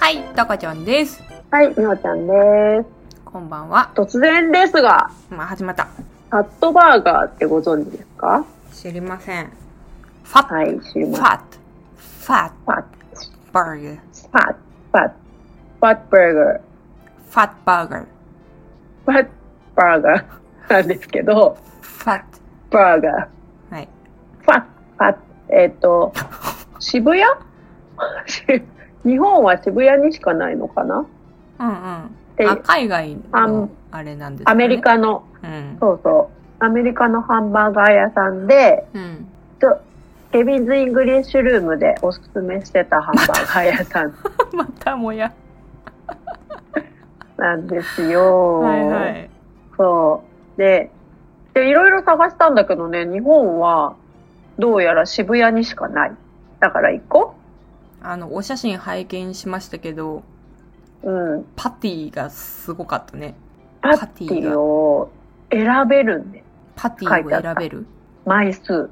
はい、たかちゃんです。はい、みほちゃんです。こんばんは。突然ですが、まあ、始まった。ファットバーガーってご存知ですか知りません。ファッ、はい、知りフません。ァッ、ファッファッ、バーガー。ファッ、ファッ、ファッバーガー、ファッバーガー。ファッバーガーなんですけど、ファッ。バーガー、はい。ファッ、ファッ、えっ、と、渋谷 日本は渋谷にしかないのかなうんうん。であ、海外あのんあれなんですか、ね、アメリ。カの、うん。そうそう、アメリカのハンバーガー屋さんで、うん。 とケビンズ・イングリッシュルームでおすすめしてたハンバーガー屋さんまたもや。なんですよ。はいはい。そう。で、で、いろいろ探したんだけどね、日本はどうやら渋谷にしかない。だから行こあの、お写真拝見しましたけど、う。うん。パティがすごかったね。パパテティがィを選べるんで。パティを選べる。枚数。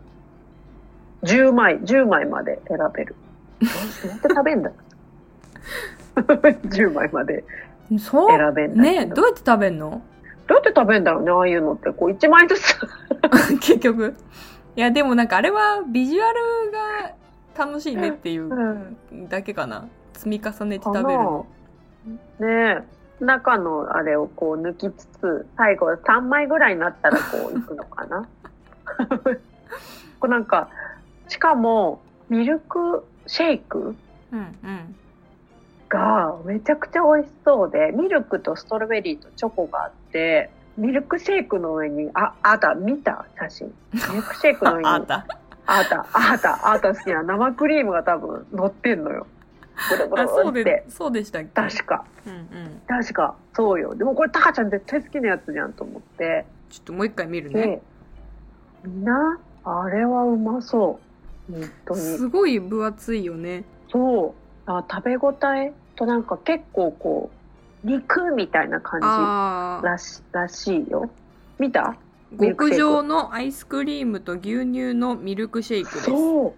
10枚、10枚まで選べる。どうやって食べんだ 10枚までそう。選べんだけねどどうやって食べんのどうやって食べんだろうね、ああいうのって。こう、1枚ずつ。 結局。いや、でもなんかあれはビジュアルが楽しいねっていうだけかな。積み重ねて食べるの。ねえ中のあれをこう抜きつつ最後3枚ぐらいになったらこういくのか なこうなんかしかもミルクシェイクうんうん。がめちゃくちゃ美味しそうでミルクとストロベリーとチョコがあってミルクシェイクの上にああだ見た写真ミルクシェイクの上にあった。あだあだあだ好きな生クリームが多分乗ってんのよブルブルあ、そうブルっでて、そうでしたっけ確かうんうん。確かそうよでもこれタカちゃん絶対好きなやつじゃんと思ってちょっともう一回見るね。でみんなあれはうまそう本当にすごい分厚いよね。そうあ食べ応えとなんか結構こう肉みたいな感あじあ。らしらしいよ見た極上のアイスクリームと牛乳のミルクシェイクです。そ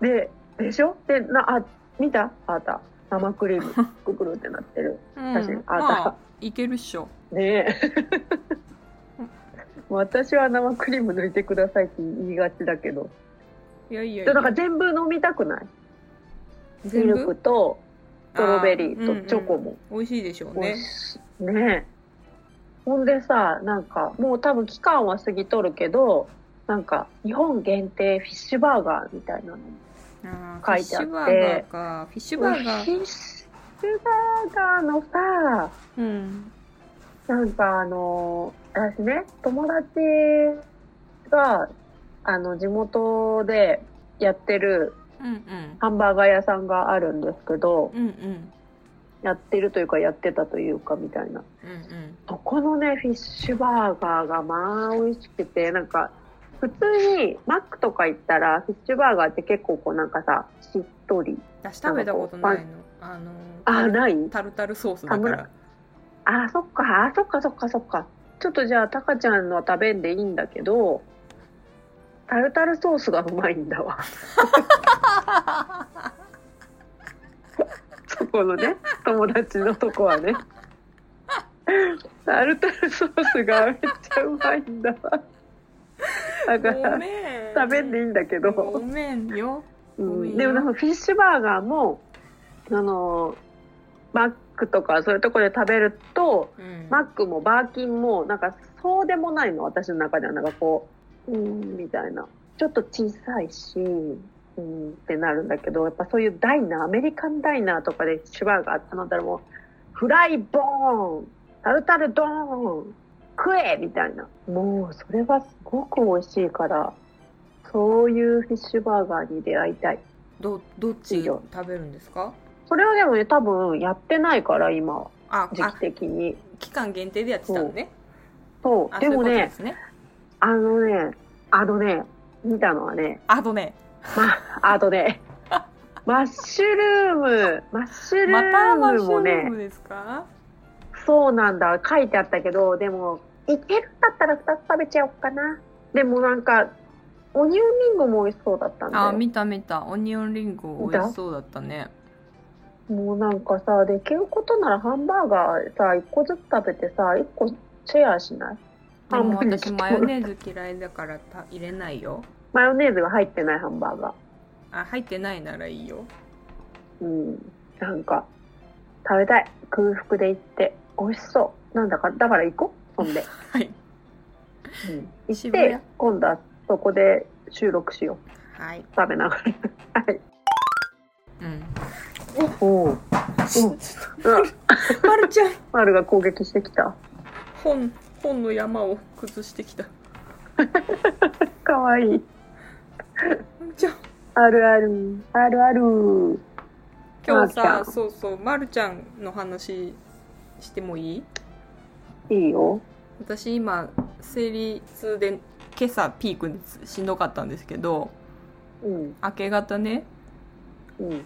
うででしょでなあ見たあなた生ク リームくくるってなってるうん確かにあまだあ、いけるっしょ。 ねえ私は生クリーム抜いてくださいって言いがちだけどいやいやいでやなんか全部飲みたくないミ全部ルクとストロベリーとチョコも。美味しいでしょう美ね味。しいねほんでさなんかもう多分期間は過ぎとるけどなんか日本限定フィッシュバーガーみたいなのあ書ーいてあってフィッシュバーガーか。フィッシュバーガフー。ィッシュバーガーのさうん。なんかあの私ね友達があの地元でやってるうんうん。ハンバーガー屋さんがあるんですけどうんうん。やってるというかやってたというかみたいなうんうん。そこのねフィッシュバーガーがまあ美味しくてなんか普通にマックとか行ったらフィッシュバーガーって結構こうなんかさしっとり私食べたことないの。あのー、あタルないタルタルソースだから。あそっかあそっかそっかそっかちょっとじゃあタカちゃんのは食べんでいいんだけどタルタルソースがうまいん だわそこのね友達のとこはねタルタルソースがめっちゃうまいんだわだかごらめん。食べんでいいんだけどごめんよ。うんでもなんかフィッシュバーガーもあのマックとかそういうとこで食べるとうんマックもバーキンもなんかそうでもないの私の中ではなんかこううーんみたいなちょっと小さいしうーんってなるんだけどやっぱそういうダイナーアメリカンダイナーとかでシュバーガー頼んだらもうフライボーンタルタルドーン食えみたいなもうそれがすごく美味しいからそういうフィッシュバーガーに出会いたいど、どっいちいよ食べるんですかそれはでもね多分やってないから今はあ、時あ期、的に期間限定でやってたのね。そあうでもそういうことねですね。あのね、あのね、見たのはね、あとね、あ とね、マッシュルーム、マッシュルまたマッームシュもルーね、ムですかそうなんだ、書いてあったけど、でも、いけるんだったら2つ食べちゃおうかな。でもなんか、オニオンリンゴも美味しそうだったんだあ、よ。見た見た。オニオンリンゴ美味しそうだったね。もうなんかさ、できることならハンバーガーさ、一個ずつ食べてさ、一個シェアしないでも私あんマまりヨネーズ嫌いだからた入れないよマヨネーズが入ってないハンバーガあ入ってないならいいよー。うん。なんか、食べたい。空腹で行って。美味しそう。なんだか、だから行こう。そんで。はいうん、行っ渋谷て、今度はそこで収録しよう。はい食べながら。はい。うんおお。まるちゃん丸が攻撃してきた。本本の山を崩してきたかわいい。まるちゃんあるある。あるある。今日まるさちゃんそうそうまるちゃんの話してもいいいいよ。私今生理痛で今朝ピークにしんどかったんですけどうん。明け方ねうん。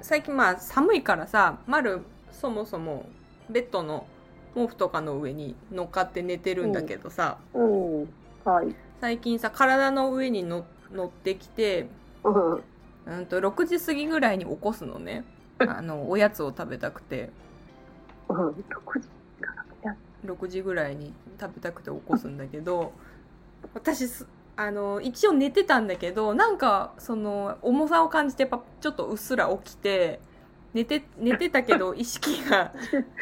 最近まあ寒いからさまるそもそもベッドの毛布とかの上に乗っかって寝てるんだけどさ、うん。はい。最近さ体の上にの乗ってきて、うん。うん、と6時過ぎぐらいに起こすのねあのおやつを食べたくてうん。6時かな。いや6時ぐらいに食べたくて起こすんだけど私すあの一応寝てたんだけどなんかその重さを感じてやっぱちょっとうっすら起きて寝て寝てたけど意識が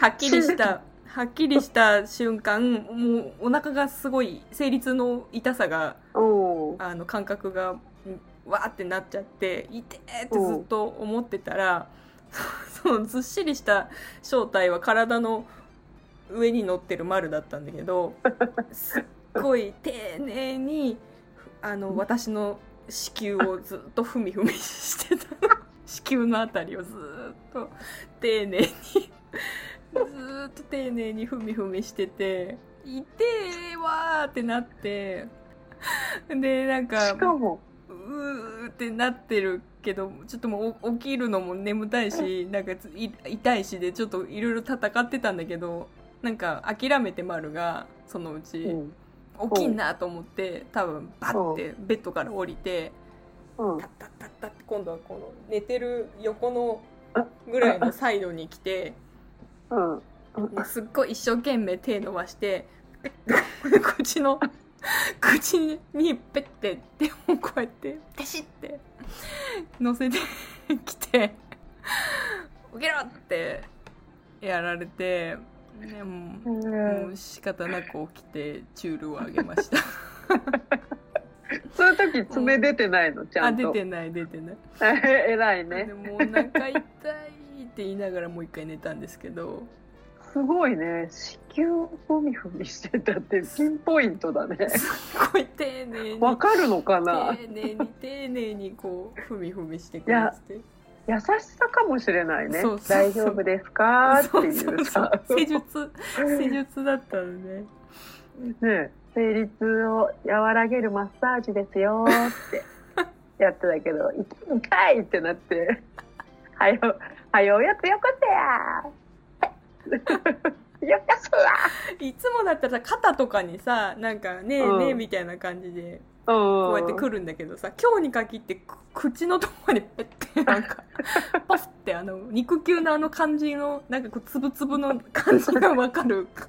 はっきりしたはっきりした瞬間もうお腹がすごい生理痛の痛さがうん。あの感覚がうんわーってなっちゃって「いて!」ってずっと思ってたら、 そのずっしりした正体は体の上に乗ってる丸だったんだけどすっごい丁寧にあの私の子宮をずっとふみふみして た子宮のあたりをずーっと丁寧に ずーっと丁寧にふみふみしてて「いてえわ!」ってなってでなんかしかも、うーってなってるけどちょっともうお起きるのも眠たいしなんかつい痛いしでちょっといろいろ戦ってたんだけどなんか諦めて丸がそのうち、うん。起きんなと思って多分バッてベッドから降りてうんタッタッタッタッって今度はこの寝てる横のぐらいのサイドに来て。うん。ねすっごい一生懸命手伸ば して口の口にペッて手をこうやってペシッて乗せてきて「起きろ!」ってやられて、ね、もうう。もんう仕方なく起きてチュールをあげましたその時爪出てないの、ちゃあん出と。てない出てない、 えらいねで。もお腹痛いって言いながらもう一回寝たんですけ どすごいね。子宮をふみふみしてたってピンポイントだね。すっごい丁寧にわかるのかな丁寧に丁寧にこうふみふみしてくれて優しさかもしれないね。そうそうそう大丈夫ですかってそういそううそさう。施術施術だったのねね生理痛を和らげるマッサージです よーってやってたけど「痛いんかい!」ってなって「はよはよおやつよこ せや!」よこすいつもだったらさ肩とかにさなんかねえうんねえみたいな感じでわここうやって来るんだけどさ今日に限ってく口のとこにペッてなんかパスってあの肉球のあの感じのなんかこうつぶつぶの感じがわかるか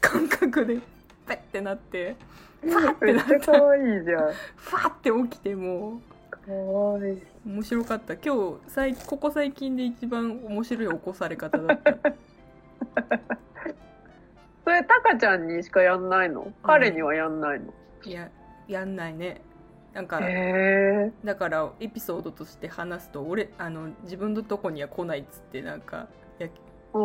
感覚でペッてなってパッてめなっっちゃたかわいいじゃんファって起きてもう。かわいい面白かった今日最ここ最近で一番面白い起こされ方だったそれタカちゃんにしかやんないの彼にはやんないの、いややんないねなんか、 へえだからエピソードとして話すと俺あの自分のとこには来ないっつってなんか「いやう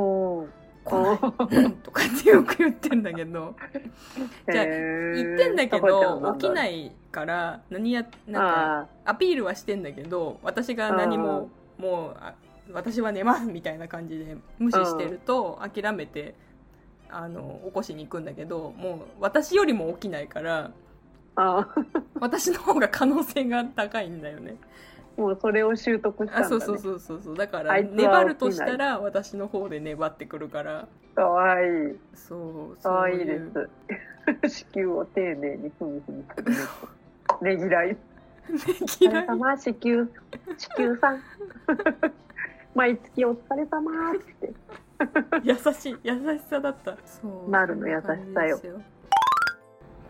ん来ない」うんとかってよく言ってんだけど じゃあ言ってんだけど起きいないから何やなんかあアピールはしてんだけど私が何ももうあ私は寝ますみたいな感じで無視してると諦めてあの起こしに行くんだけどもう私よりも起きないからーあー私の方が可能性が高いんだよね。 もうそれを習得したんあだ、ね、そうそうそうそうそうだからあいつは粘るとしたら私の方で粘ってくるからかわいいそうかそわういいいでうす。 子宮を丁寧にふみふみする猫。ねぎらい。 ねお 嫌い疲れ様、子宮、子宮さん。 毎月お疲れ様って。優しい優しさだったそうマルの優しさよそんな感じです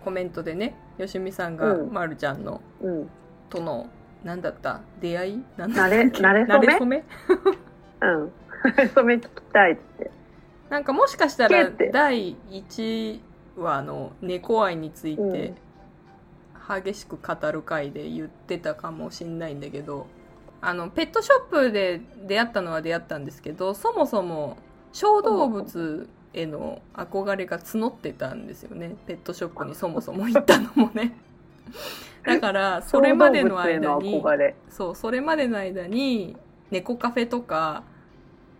コメントでねよしみさんがうんまるちゃんの、うん。との何だった出会いなんだ慣れ、慣 れ慣れ初初めめうん。 染め聞きたいって。なんかもしかしたら聞いて第1話の猫愛について激しく語る回で言ってたかもしんないんだけどあのペットショップで出会ったのは出会ったんですけどそもそも小動物への憧れが募ってたんですよねペットショップにそもそも行ったのも ねだからそれまでの間小動物へにの憧れ。そうそれまでの間に猫カフェとか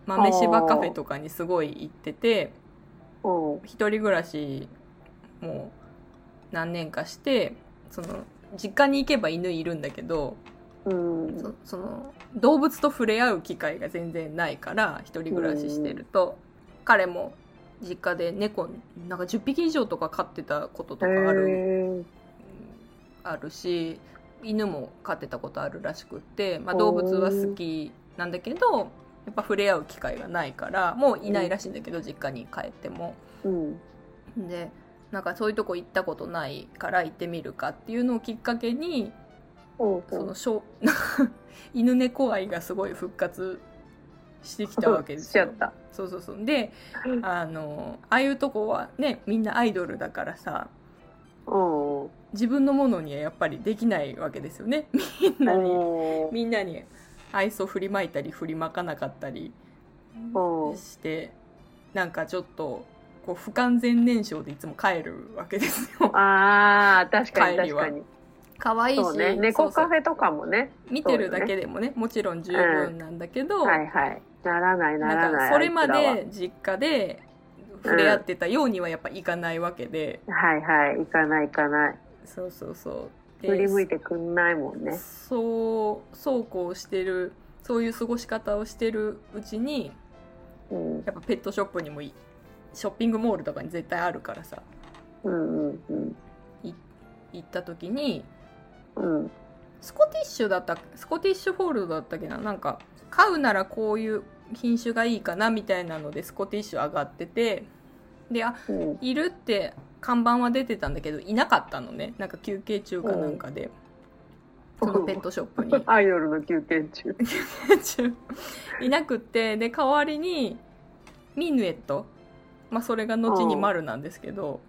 豆柴カフェとかにすごい行っててうん。一人暮らしもう何年かしてその実家に行けば犬いるんだけどうん。そその動物と触れ合う機会が全然ないから一人暮らししてると彼も実家で猫なんか10匹以上とか飼ってたこととかあるへあるし犬も飼ってたことあるらしくって、まあ、動物は好きなんだけどやっぱ触れ合う機会がないからもういないらしいんだけど、実家に帰っても。ーうん。でなんかそういうとこ行ったことないから行ってみるかっていうのをきっかけにうん。そのしょ 犬猫愛がすごい復活してきたわけで しすちゃよっ。た。そうそうそうであのああいうとこはねみんなアイドルだからさうん。自分のものにはやっぱりできないわけですよね みんなにうみんなに愛想振りまいたり振りまかなかったりうんしてなんかちょっとこう不完全燃焼でいつも帰るわけですよん。ああ、確かに帰り確はかに。可愛いしそうね。猫カフェェとかもね。見てるだけでもねもちろん十分なんだけど、はいはい。ならないなならんなかい。それまあいつらはで実家で触れ合ってたようにはやっぱいかないわけで、はいはい。行かない行かない。そうそうそうで振り向いてくんないもんね。そうそうこうしてるそういう過ごし方をしてるうちにうん。やっぱペットショップにもいショッピングモールとかに絶対あるからさうんうんうん。い行った時にうん。スコティッシュだったスコティッシュフォールドだったっけななんか買うならこういう品種がいいかなみたいなのでスコティッシュ上がっててであうん。いるって看板は出てたんだけどいなかったのねなんか休憩中かなんかで、うんそのペットショップにアイドルの休憩 中。中 いなくってで代わりにミヌエット、まあ、それが後に丸なんですけど、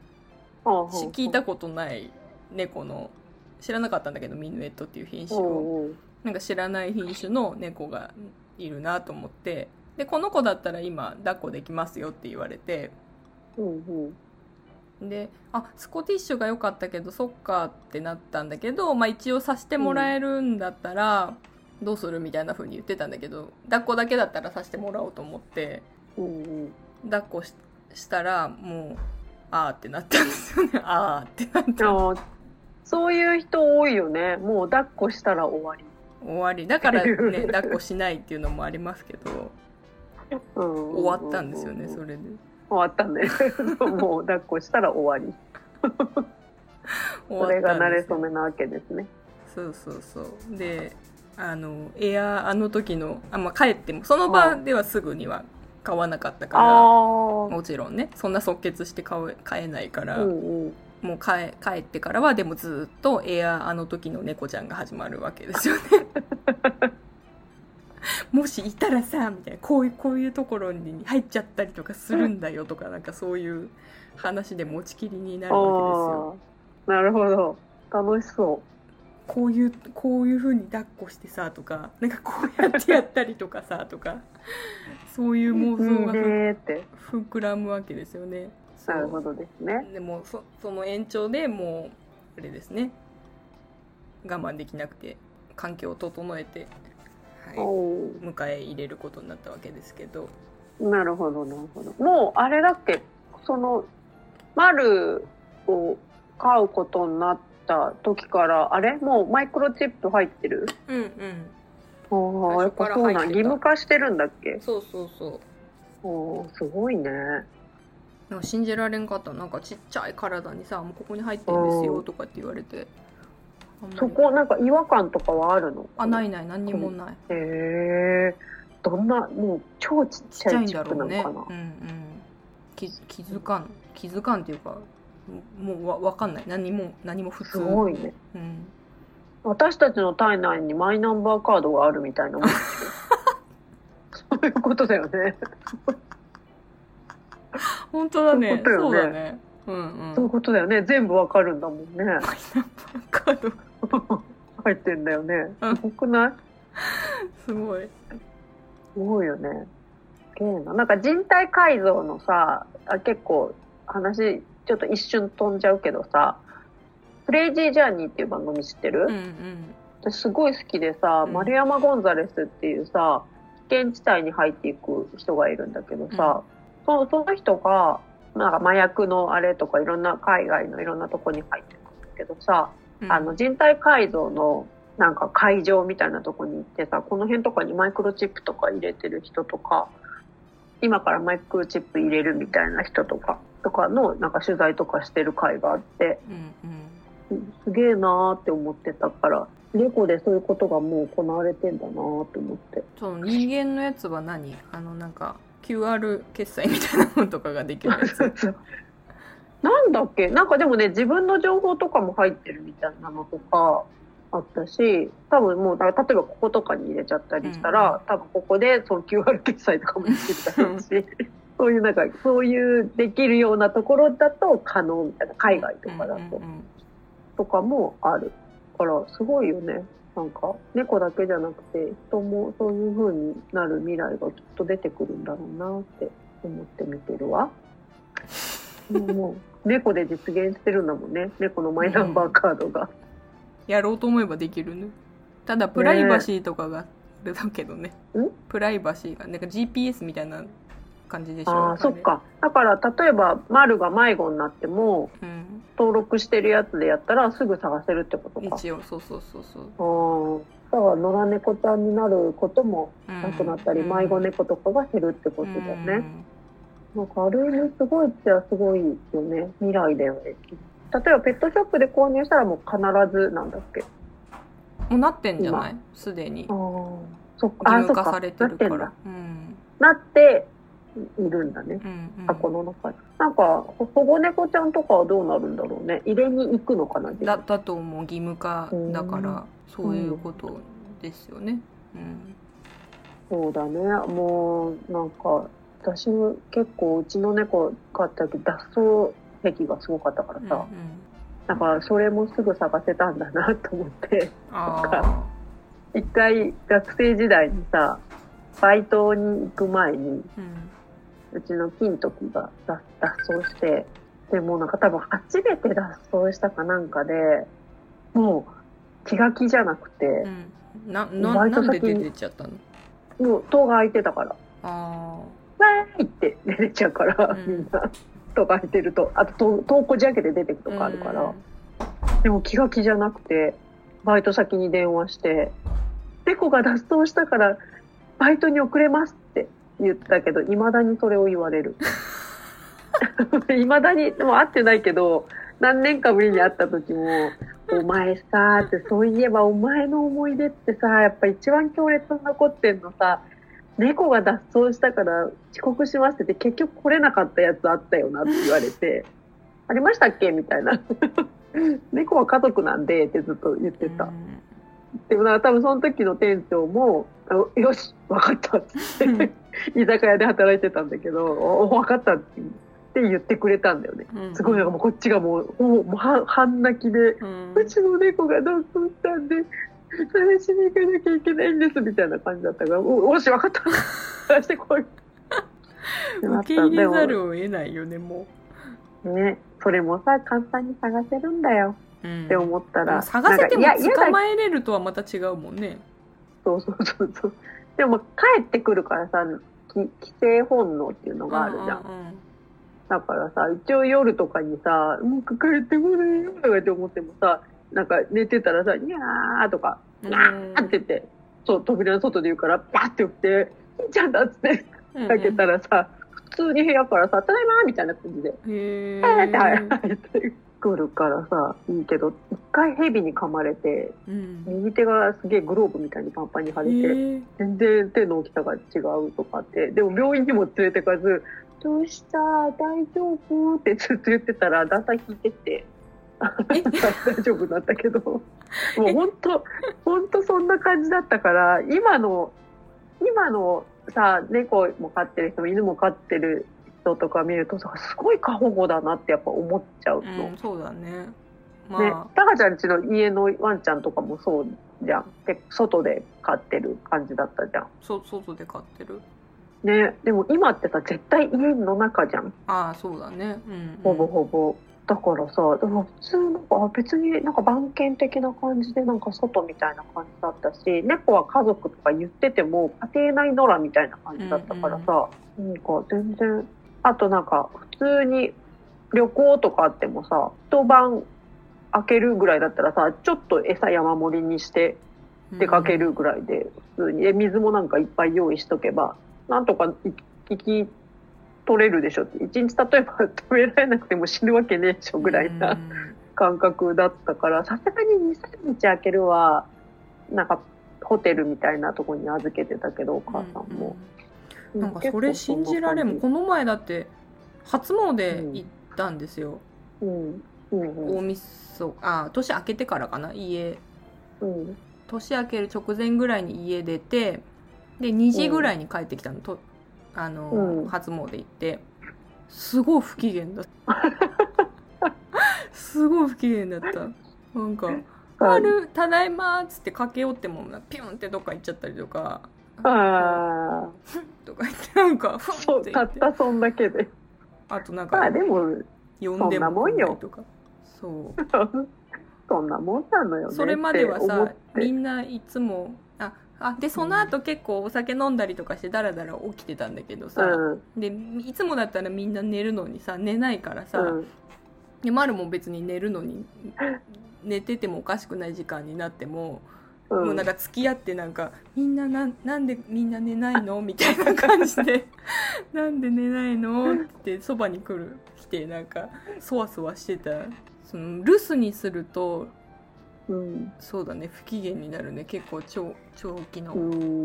し聞いたことない猫の知らなかったんだけどミヌエットっていう品種をおうおうなんか知らない品種の猫がいるなと思ってでこの子だったら今抱っこできますよって言われてうんうんであスコティッシュが良かったけどそっかってなったんだけど、まあ、一応させてもらえるんだったらどうするみたいな風に言ってたんだけど抱っこだけだったらさせてもらおうと思ってうん抱っこししたらもうあーってなったんですよね あーってなっうん、たあーそういう人多いよねもう抱っこしたら終わり、終わりだからね 抱っこしないっていうのもありますけどうん終わったんですよねううそれで。終わった ねもう抱っこしたら終わり終そわれったがん慣でれすよ初めなわけですねそうそうそうであのエアあの時のあ、まあ、帰ってもその場ではすぐには買わなかったかあらもちろんねそんな即決して買え買えないかあら、うんうんもう帰帰ってからはでもずっとエアあの時の猫ちゃんが始まるわけです よねもしいたらさみたいなこういうこういうところに入っちゃったりとかするんだよとかなんかそういう話で持ちきりになあるわけですよーなるほど楽しそこういうこういう風に抱っこしてさとかなんかこうやってやったりとかさとかそういうういい妄想がふねーって膨らむわけですよね。そなうるほどですねでもそその延長でもうあれですね我慢できなくて環境を整えて、はおうい、迎え入れることになったわけですけどなるほどなるほどもうあれだっけその丸を飼うことになった時からあれもうマイクロチップ入ってるうんうんああやっぱそう最初から入っなんてた義務化してるんだっけそうそうそうおすごいねなんか信じられんかったなんかちっちゃい体にさ「もうここに入ってるんですよ」とかって言われてあんまりそこなんか違和感とかはあるのあないない何にもない。へえどんなもう超ちっちちっちゃゃいいんチだップろなうのねかうんうん気気づかん気づかんっていうかもうわわかんない何も何も普な通すごいねうん、私たちの体内にマイナンバーカードがあるみたいな もんですよそういうことだよね。本当だそういねうことよねそうだねうんうんそういうことだよね。全部わかるんだもんね。マイナンバーカードが 入ってんだよね。うんすごくないすごいすごいよね。すげえな。なんか人体改造のさ、あ結構話、ちょっと一瞬飛んじゃうけどさ、クレイジージャーニーっていう番組知ってうる、んうん私すごい好きでさ、うん丸山ゴンザレスっていうさ、危険地帯に入っていく人がいるんだけどさ、そその人が、なんか麻薬のあれとかいろんな海外のいろんなとこに入っていくんだけどさ、うんあの人体改造のなんか会場みたいなとこに行ってさ、この辺とかにマイクロチップとか入れてる人とか、今からマイクロチップ入れるみたいな人とか、とかのなんか取材とかしてる会があって、うんうんすげえなーって思ってたから、猫でそういうことがもう行われてんだなーって思って。その人間のやつは何あのなんか QR 決済みたいなのとかができるやつなんだっけなんかでもね、自分の情報とかも入ってるみたいなのとかあったし、多分もう、だから例えばこことかに入れちゃったりしたら、多分ここでその QR 決済とかもできるだろうし、そういうなんか、そういうできるようなところだと可能みたいな、海外とかだと、うんうんうんとかもある。だから、すごいよね。なんか、猫だけじゃなくて、人もそういう風になる未来がきっと出てくるんだろうなって思って見てるわ。もうもう、猫で実現してるんだもんね。猫のマイナンバーカードが。やろうと思えばできるねただプライバシーとかがあれだけどねんプライバシーがなんか GPS みたいな感じでしょああ、そっれか。だから、例えば、丸が迷子になっても、うん登録してるやつでやったらすぐ探せるってことか。一応そうそうそうそうあーだから野良猫ちゃんになることもうんなくなったり、迷子猫とかが減るってことだよね。うんなんかある意味すごいっちゃすごいよね。未来だよね。例えばペットショップで購入したらもう必ずなんだっけ。あもうなってんじゃないすでにあ義、そっか。あー、そ務っ化かされ。てなるってかんらだ。うんなっているんだね。うんうん箱の中に。なんか保護猫ちゃんとかはどうなるんだろうね。入れに行くのかな。自分だだと思う義務化だからそういうことですよねうんそうだね。もうなんか私も結構うちの猫飼った時脱走癖がすごかったからうんうさ。んだからそれもすぐ探せたんだなと思って。あ一回学生時代にさバイトに行く前にーうんうちの金時が脱脱走してでもうなんか多分初めて脱走したかなんかでもう気が気じゃなくてう、んななバイなトんで先出てっちゃったのもう戸が開いてたからあ「わーい!」って出てっちゃうから、うんみんな戸が開いてるとあと戸戸をこじ開けて出てくあとかあるから、でも気が気じゃなくて、バイト先に電話して、猫が脱走したから、バイトに遅れますって言ったけど、未だにそれを言われる。 未だに、でも会ってないけど、何年かぶりに会った時も、お前さーって、そういえばお前の思い出ってさ、やっぱ一番強烈に残ってんのさ、猫が脱走したから遅刻しますって言って結局来れなかったやつあったよなって言われて、ありましたっけみたいな。猫は家族なんでってずっと言ってた。うんでもなんか多分その時の店長も、あのよし、わかったって 言って、居酒屋で働いてたんだけど、おわかったって言ってくれたんだよね。うんすごいなんかもうこっちがもう、もうもう半半泣きで、うんうちの猫が脱走したんで、探しに行かなきゃいけないんですみたいな感じだったから、おおし、わかった。探してこい。受け入れざるを得ないよねもね、それもさ、簡単に探せるんだよう、うん、って思ったでら。も探せてもなんかいや嫌だ捕まえれるとはまた違うもんねそうそうそうそう。でも帰ってくるからさ、き帰省本能っていうのがあるじゃん。うんうんうんだからさ、一応夜とかにさ、もう帰ってこないよとかって思ってもさ、なんか寝てたらさ、にゃーとか、うにんゃーって言って、そう、扉の外で言うから、バーって起きて、いいちゃんだっつってうん開けたらさ、普通に部屋からさ、ただいまーみたいな感じで、へえはいはいはいってくるからさいいけど一回ヘビに噛まれてうん右手がすげえグローブみたいにパンパンに腫えれて、ー、全然手の大きさが違うとかってでも病院にも連れてかず「どうした大丈夫?」ってずっと言ってたらだんだん引いてって。 大丈夫だったけど もう本当本当そんな感じだったから今の今のさ猫も飼ってる人も犬も飼ってる人とか見るとさすごい過保護だなってやっぱ思っちゃうの、うん、そうだねまねあ、タカちゃんちの家のワンちゃんとかもそうじゃん結構外で飼ってる感じだったじゃんそ外で飼ってるねでも今ってさ絶対家の中じゃんああそうだねうんほぼほぼ、だからさでも普通なんかあ別になんか番犬的な感じでなんか外みたいな感じだったし猫は家族とか言ってても家庭内野良みたいな感じだったからさ、なんか全然あとなんか普通に旅行とかあってもさ一晩開けるぐらいだったらさちょっと餌山盛りにして出かけるぐらいで普通にで水もなんかいっぱい用意しとけばなんとか生き取れるでしょって一日例えば食べられなくても死ぬわけねえでしょぐらいうんな感覚だったからさすがに23日開けるはなんかホテルみたいなとこに預けてたけどお母さんも。うんなんかそれ信じられんこの前だって初詣行ったんですよ、うんうんうん大晦日あ年明けてからかな家うん年明ける直前ぐらいに家出てで2時ぐらいに帰ってきたの,、とあのうん初詣行ってすごい不機嫌だ すごい不機嫌だったなんか「ああるただいま」っつって駆け寄ってもピュンってどっか行っちゃったりとかあーとか言ってなんかふそんっうてた言っってたそんだけであとなんまかあでも呼んでそんなももんよ来ないとかそうそんなもんなのよねそれまではって思っさてみんないつもああでその後結構お酒飲んだりとかしてダラダラ起きてたんだけどさ、うんでいつもだったらみんな寝るのにさ寝ないからさ、うんでマルも別に寝るのに寝ててもおかしくない時間になっても、うんもうなんか付き合ってなんかみんななんなんでみんな寝ないのみたいな感じで なんで寝ないのってそばに来る来てなんかそわそわしてたその留守にするとうんそうだね不機嫌になるね結構長長期の、う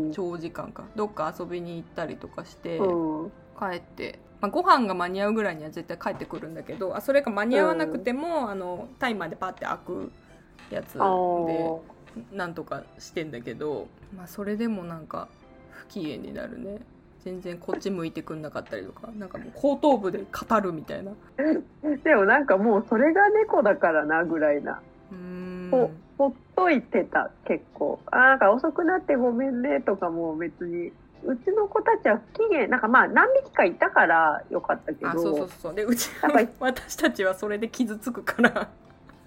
ん長時間かどっか遊びに行ったりとかして、うん帰って、まあ、ご飯が間に合うぐらいには絶対帰ってくるんだけどあそれが間に合わなくても、あのタイマーでパッて開くやつあーでなんとかしてんだけど、まあ、それでもなんか不機嫌になるね全然こっち向いてくんなかったりとかなんかもう後頭部で語るみたいなうでもなんかもうそれが猫だからなぐらいなーんほほっといてた結構あーなんか遅くなってごめんねとかも別にうちの子たちは不機嫌なんかまあ何匹かいたからよかったけどあそうそうそうでうちやっぱり 私たちはそれで傷つくから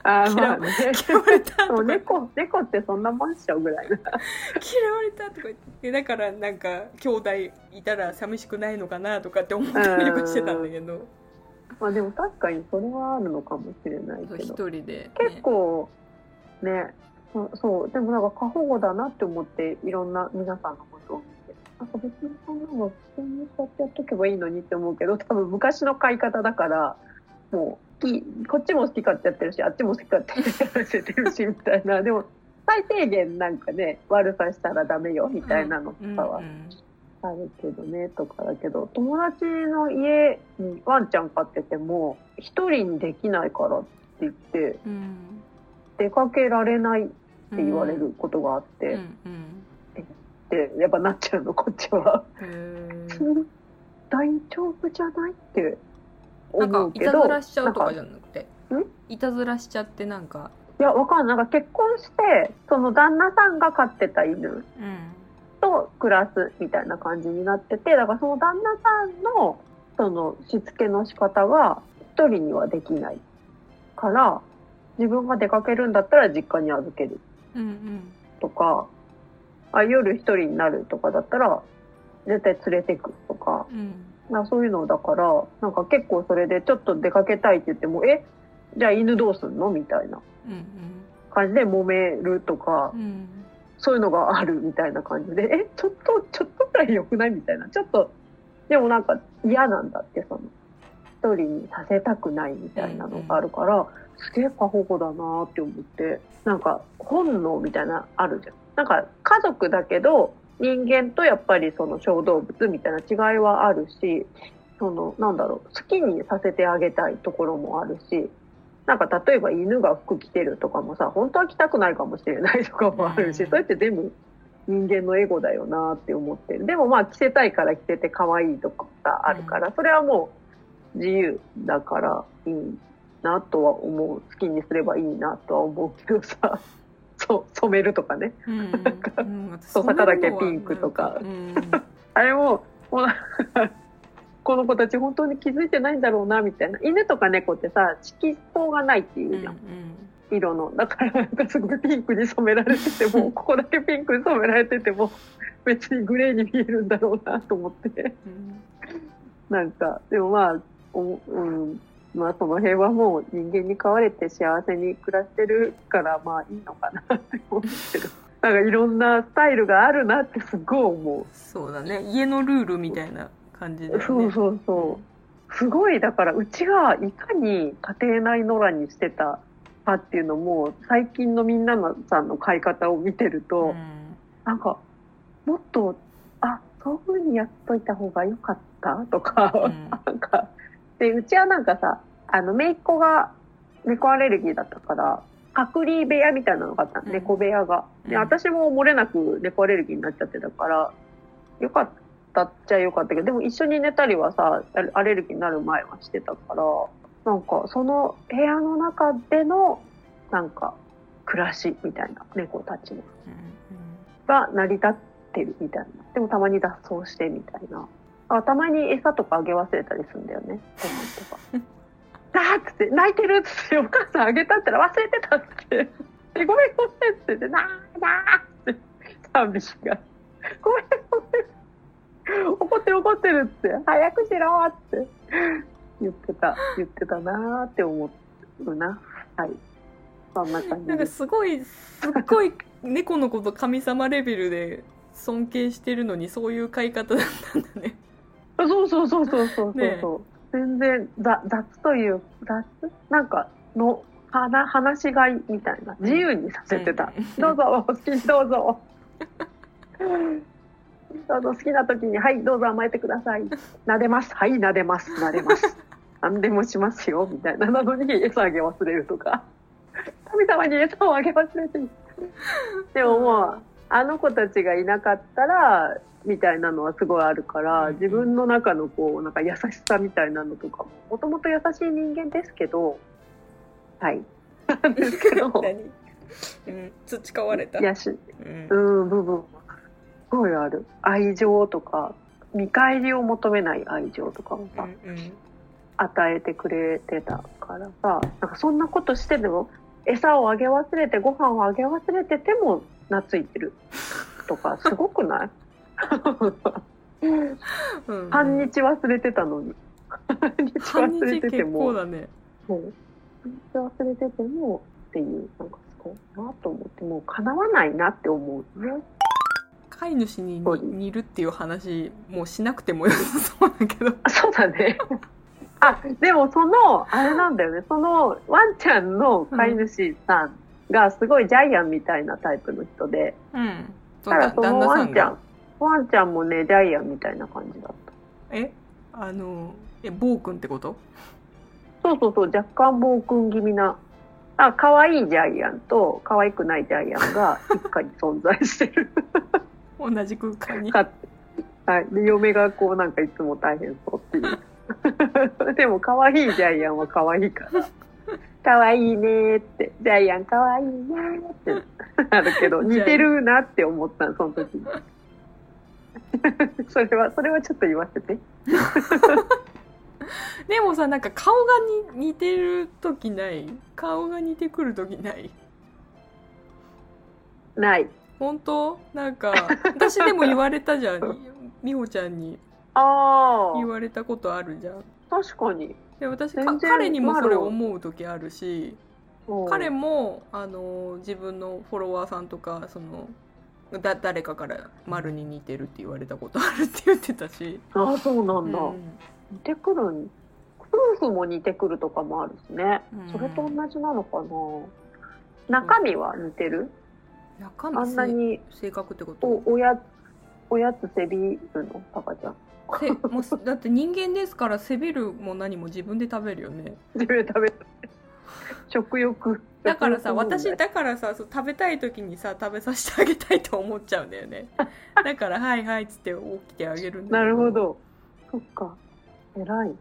あーまあね嫌われたとそうか猫猫ってそんなもんっしょぐらいな嫌われたとか言ってだからなんか兄弟いたら寂しくないのかなとかって思ったりはしてたんだけどまあでも確かにそれはあるのかもしれないそうけ一ど人で、ね、結構ねそそうでもなんか過保護だなって思っていろんな皆さんのことを見てなんか別にそんなの普通にこうやってやっとけばいいのにって思うけど多分昔の飼い方だからもう好きこっちも好き勝手やってるしあっちも好き勝手やってるしみたいなでも最低限なんかね悪さしたらダメよみたいなのとうんかはうんあるけどねとかだけど友達の家にワンちゃん飼ってても一人にできないからって言ってうん出かけられないってうん言われることがあって、うんうっんてやっぱなっちゃうのこっちは。へー大丈夫じゃないってなん思かういけたどずらしちゃうとかじゃなんかなくてんいたずらしちゃってなんかいやわかんないなんか結婚してその旦那さんが飼ってた犬うんと暮らすみたいな感じになっててだからその旦那さんのそのしつけの仕方が一人にはできないから自分が出かけるんだったら実家に預けるうんうんとかあ夜一人になるとかだったら絶対連れてくとかうんなそういうのだからなんか結構それでちょっと出かけたいって言ってもえじゃあ犬どうすんのみたいなうん感じで揉めるとかうんうんそういうのがあるみたいな感じで、え、ちょっと、ちょっとくらい良くないみたいな。ちょっと、でもなんか嫌なんだって、その、一人にさせたくないみたいなのがあるから、すげえ過保護だなって思ってなんか本能みたいなのあるじゃん。なんか家族だけど人間とやっぱりその小動物みたいな違いはあるしそのなんだろう好きにさせてあげたいところもあるしなんか例えば犬が服着てるとかもさ本当は着たくないかもしれないとかもあるし、うんそうやって全部人間のエゴだよなって思ってるでもまあ着せたいから着せて可愛いとかがあるから、それはもう自由だからいいなとは思う好きにすればいいなとは思うけどさ そう染めるとかねうんうんうん私そう そんなものは坂だけピンクとかうんあれも、もうなんかこの子たち本当に気づいてないんだろうな、みたいな。犬とか猫ってさ、色相がないっていううんじうゃん。ん色の。だからなんかすごいピンクに染められてても、ここだけピンクに染められてても、別にグレーに見えるんだろうなと思って。うんなんか、でもまあ、おうん、まあその辺はもう人間に飼われて幸せに暮らしてるから、まあいいのかなって思ってる。なんかいろんなスタイルがあるなってすごい思う。そうだね家のルールみたいな感じだよねそうそうそう。すごいだからうちがいかに家庭内野良にしてたかっていうのも最近のみんなのさんの買い方を見てると、んなんかもっとあそういう風にやっといた方が良かったとか、うんなんかでうちはなんかさあの姪っ子が猫アレルギーだったから隔離部屋みたいなのがあったの、うん猫部屋がでうん私も漏れなく猫アレルギーになっちゃってたからよかったっちゃよかったけどでも一緒に寝たりはさアレアレルギーになる前はしてたからなんかその部屋の中でのなんか暮らしみたいな猫たちの。が成り立ってるみたいな。でもたまに脱走してみたいな。あたまに餌とかあげ忘れたりするんだよね。ご飯とか。 あーっつって、泣いてるっつって、お母さんあげたったら忘れてたっつって。でごめんごめんっつって、なーなーっつって、サンビシが。ごめんごめん。怒ってる怒ってるっつって、早くしろーっつって。言ってた、言ってたなーって思うな。はい。そんな感じなんかです。すごいすっごい猫のこと神様レベルで尊敬してるのにそういう飼い方だったんだねそうそうそうそうそうそうねそう。全然ざ雑という雑なんかの話話しがいみたいな自由にさせてた。どうぞお好きにどうぞ。どうぞ好きな時にはいどうぞ甘えてください。撫でますはい撫でます撫でます。何でもしますよみたいななのに餌あげ忘れるとか。神様に餌をあげ忘れている。でももうあの子たちがいなかったらみたいなのはすごいあるから自分の中のこうなんか優しさみたいなのとかももともと優しい人間ですけどはいですけど何うん培われたやしうんうん部分はすごいある愛情とか見返りを求めない愛情とかもうさ、んうん与えてくれてたからさなんかそんなことしてでも餌をあげ忘れてご飯をあげ忘れてても懐いてるとかすごくないうん半日忘れてたのに半日半忘日れてて結構もだねそう半日忘れててもっていうなんかすごいなと思ってもうかなわないなって思うね。飼い主にそうです似るっていう話もうしなくてもよさそうだけどあそうだね。あ、でもその、あれなんだよね。その、ワンちゃんの飼い主さんがすごいジャイアンみたいなタイプの人で、うんだからその旦那ワさンんちゃがん、ワンちゃんもね、ジャイアンみたいな感じだった。えあのえ暴君ってことそうそうそう、若干暴君気味な。あ、可愛いジャイアンと可愛くないジャイアンが一家に存在してる。同じ空間にかはい。で、嫁がこうなんかいつも大変そうっ ていう。でも可愛いジャイアンは可愛いから。可愛いねーって。ジャイアン可愛いなーってなるけど、ジャイアン似てるなって思ったのその時 に。それは、それはちょっと言わせて。でもさなんか顔がに似てる時ない顔が似てくる時ないない。本当なんか私でも言われた じゃん美穂ちゃんにあ言あ、われたことあるじゃん確かに。で私全か然彼にもそれまだ思う時あるしうん彼もあの自分のフォロワーさんとかそのだ誰かから「丸に似てる」って言われたことあるって言ってたし、ああ、そうなうんだ。ん似てくるん、くる夫婦も似てくるとかもあるしねうん。それと同じなのかな。中身は似てる、中あ身んな性に性格ってことおおやおやつせびるのタカちゃん。 せもうすだって人間ですからせびるも何も自分で食べるよね自分で食べる。食欲。だからさ食欲問題私だからさそう食べたい時にさ食べさせてあげたいと思っちゃうんだよ ねだから「はいはい」っつって起きてあげるんだなけるほど。そっか。偉いね。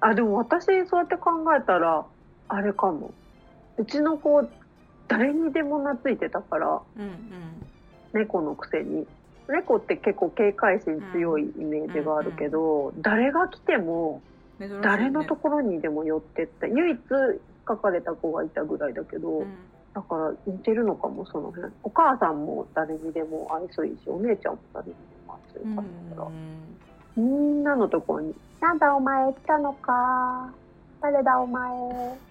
あ、でも私そうやって考えたら、あれかも。うちの子、誰にでも懐いてたから、うんうん猫のくせに。猫って結構警戒心強いイメージがあるけど、誰が来ても、珍しいよね誰のところにでも寄ってった。唯一書かれた子がいたぐらいだけど、うんだから似てるのかも、その辺。お母さんも誰にでも愛想いいし、お姉ちゃんも誰にでも愛想いいから。うんみんなのところに、なんだお前来たのか。誰だお前。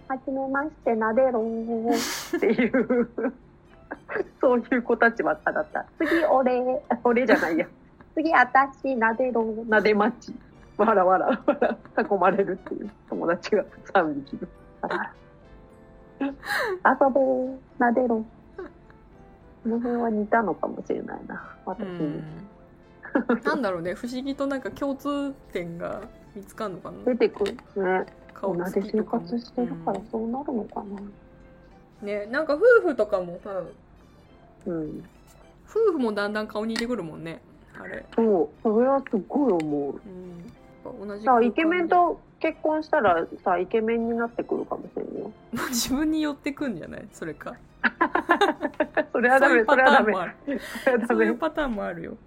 はじめまして、なでろん。っていう、 そういう子たちはただた。次俺、俺じゃないや。次私、なでろん。なでまち。わらわらわら、囲まれるっていう友達が3匹いる。わらわら遊ぼう、なでろん。この辺は似たのかもしれないな、私に。なんだろうね不思議となんか共通点が見つかんのかな出てくるね。顔同つじきと生かも活してるからうそうなるのかな。んねなんか夫婦とかもさうん。夫婦もだんだん顔似てくるもんねあれそう、それはすごい思う。うんやっぱ同じさ空間あ、でイケメンと結婚したらさ、イケメンになってくるかもしれんよ。 自分に寄ってくんじゃないそれかそれはそダういメ、うそパれタはダーンメも。あるそれはダそうメい、うパターンもあるよ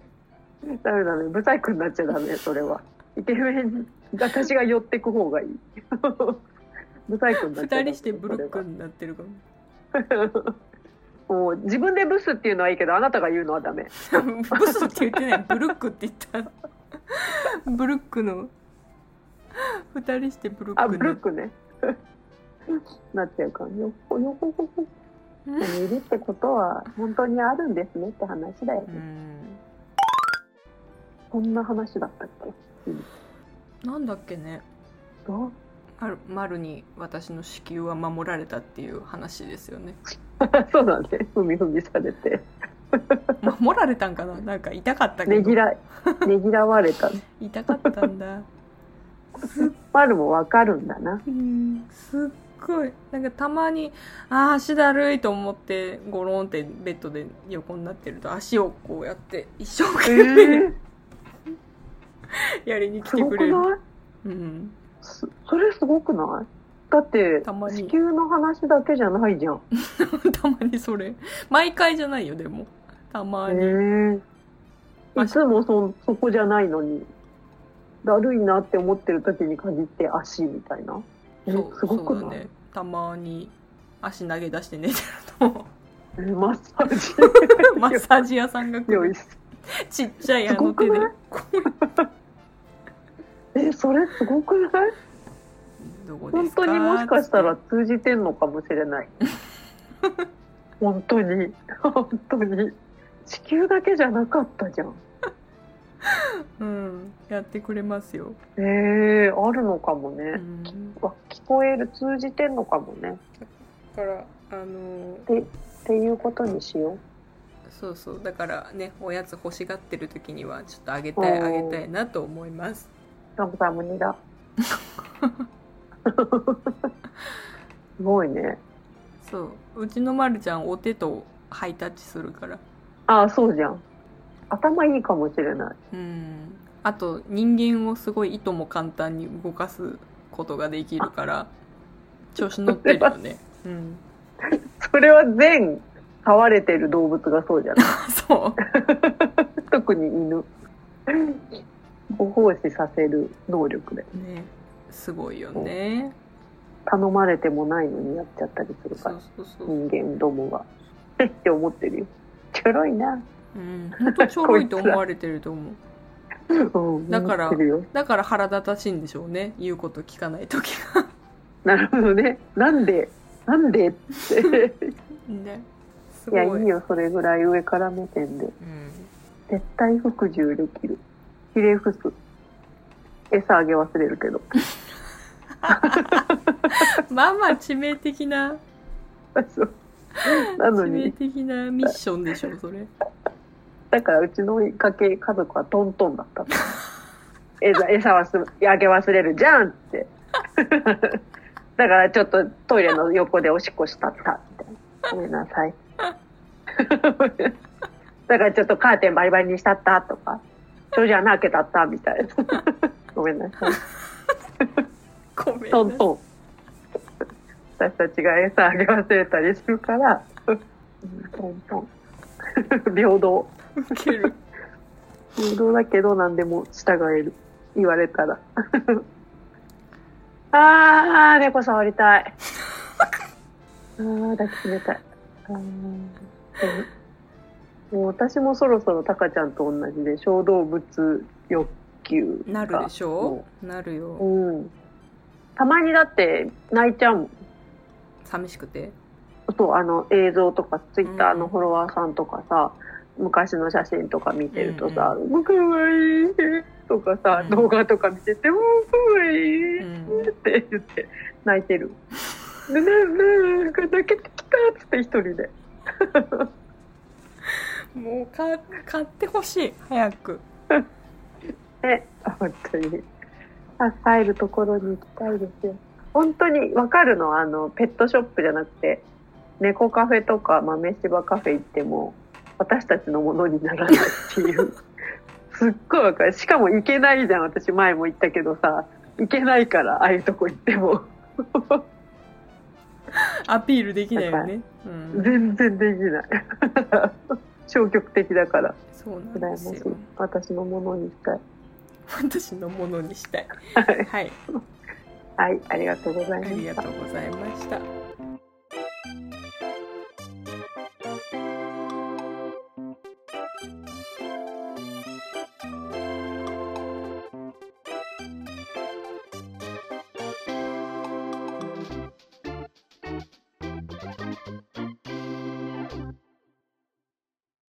ダメダメ。ブサイクになっちゃダメ、それは。イケメン、私が寄ってく方がいい。 ブサイクになっちゃ二ダメ人してブロックになってるかもそれはもう自分でブスっていうのはいいけど、あなたが言うのはダメ。ブスって言ってないブルックって言ったブルックの二人してブルッあ、クブロックね。 なっちゃうから、よほよほ ほほ。うんいるってことは本当にあるんですねって話だようね。んこんな話だったっけなんだっけねど うある丸に私の子宮は守られたっていう話です よねそうだね。ふみふみされて。守られたんかななんか痛かったけねど ぎら、ねぎらわれた。痛かったんだマルもわかるんだな。うんすっごいなんかたまにああ足だるいと思ってゴロンってベッドで横になってると足をこうやって一生懸命やりに来すてごくくれる、ないうん、そそれすごくないだって、たまに地球の話だけじゃないじゃん。たまにそれ毎回じゃないよでもたまに、へえ。いつもそ、そこじゃないのに、だるいなって思ってる時に限って足みたいな。えそうすごそくうなだい、ねたまに足投げ出して寝てるとえマッサージマッサージ屋さんが来用意るして。ちっちゃいあの手ですごくない え、それすごくないどこで本すか当にもしかしたら通じてんのかもし れない。本当に。本当に。地球だけじゃなかったじゃん。うんやってくれますよ、ええあるのかもうね。ん、だわ聞こえる、通じてんのかもね。からあのっていうことにしよそうそうだからねおやつ欲しがってる時にはちょっとあげたいおあげーたいなと思いますう。なんかさ、胸だ。すごいね。そううちのまるちゃんお手とハイタッチするからああ、そうじゃん。頭いいかもしれない。うんあと人間をすごいいとも簡単に動かすことができるから調子乗ってるよ ねうんそれは全、飼われてる動物がそうじゃ ない。そう特に犬。ご奉仕させる能力で。ねすごいよね頼まれてもないのにやっちゃったりするかそらう、そうそう人間どもが。 えって思ってるよ。ちょろいな。うん本当ちょろいと思われてると思ううんだから思ってるよだから腹立たしいんでしょうね言うこと聞かない時がなるほどね。なんでなん でって。 ねすいごや、いいいよ、それぐらい上から目線で。うん絶対服従できる。ひれ伏す。餌あげ忘れるけど。まあまあ致命的なそうなの致命 に的なミッションでしょそれだからうちの家系家族はトントンだったの餌餌はすあげ忘れるじゃんって だからちょっとトイレの横でおしっこしたったみたいなごめんなさい だからちょっとカーテンバリバリにしたったとかそれじゃ穴開けたったみたいなごめんなさいごめんトンなトン私たちが餌あげ忘れたりするからうんトントン平等ウケる平等だけど何でも従える言われたら あー猫触りたいあー抱きしめたいあーもう私もそろそろタカちゃんと同じで小動物欲求ながるでしょなるようんたまにだって泣いちゃうもん寂しくてそうあの映像とかツイッターうのんフォロワーさんとかさ、昔の写真とか見てるとさ「ううわかわいい」とかさ、うん動画とか見てて「うわかわいい」うんって言って泣いてる。でねねなんか泣けてきたっつって一人でもうか買ってほしい早くね本当に支えるところに行きたいですよ本当にわかるのはあのペットショップじゃなくて猫カフェとか豆柴カフェ行っても私たちのものにならないっていう すっごいわかるしかも行けないじゃん私前も行ったけどさ行けないからああいうとこ行ってもアピールできないよねうん全然できない 消極的だからそうな羨んまですしいよ私のものにしたい私のものにしたいはいはいはいありがとうございあまりしがたとうございました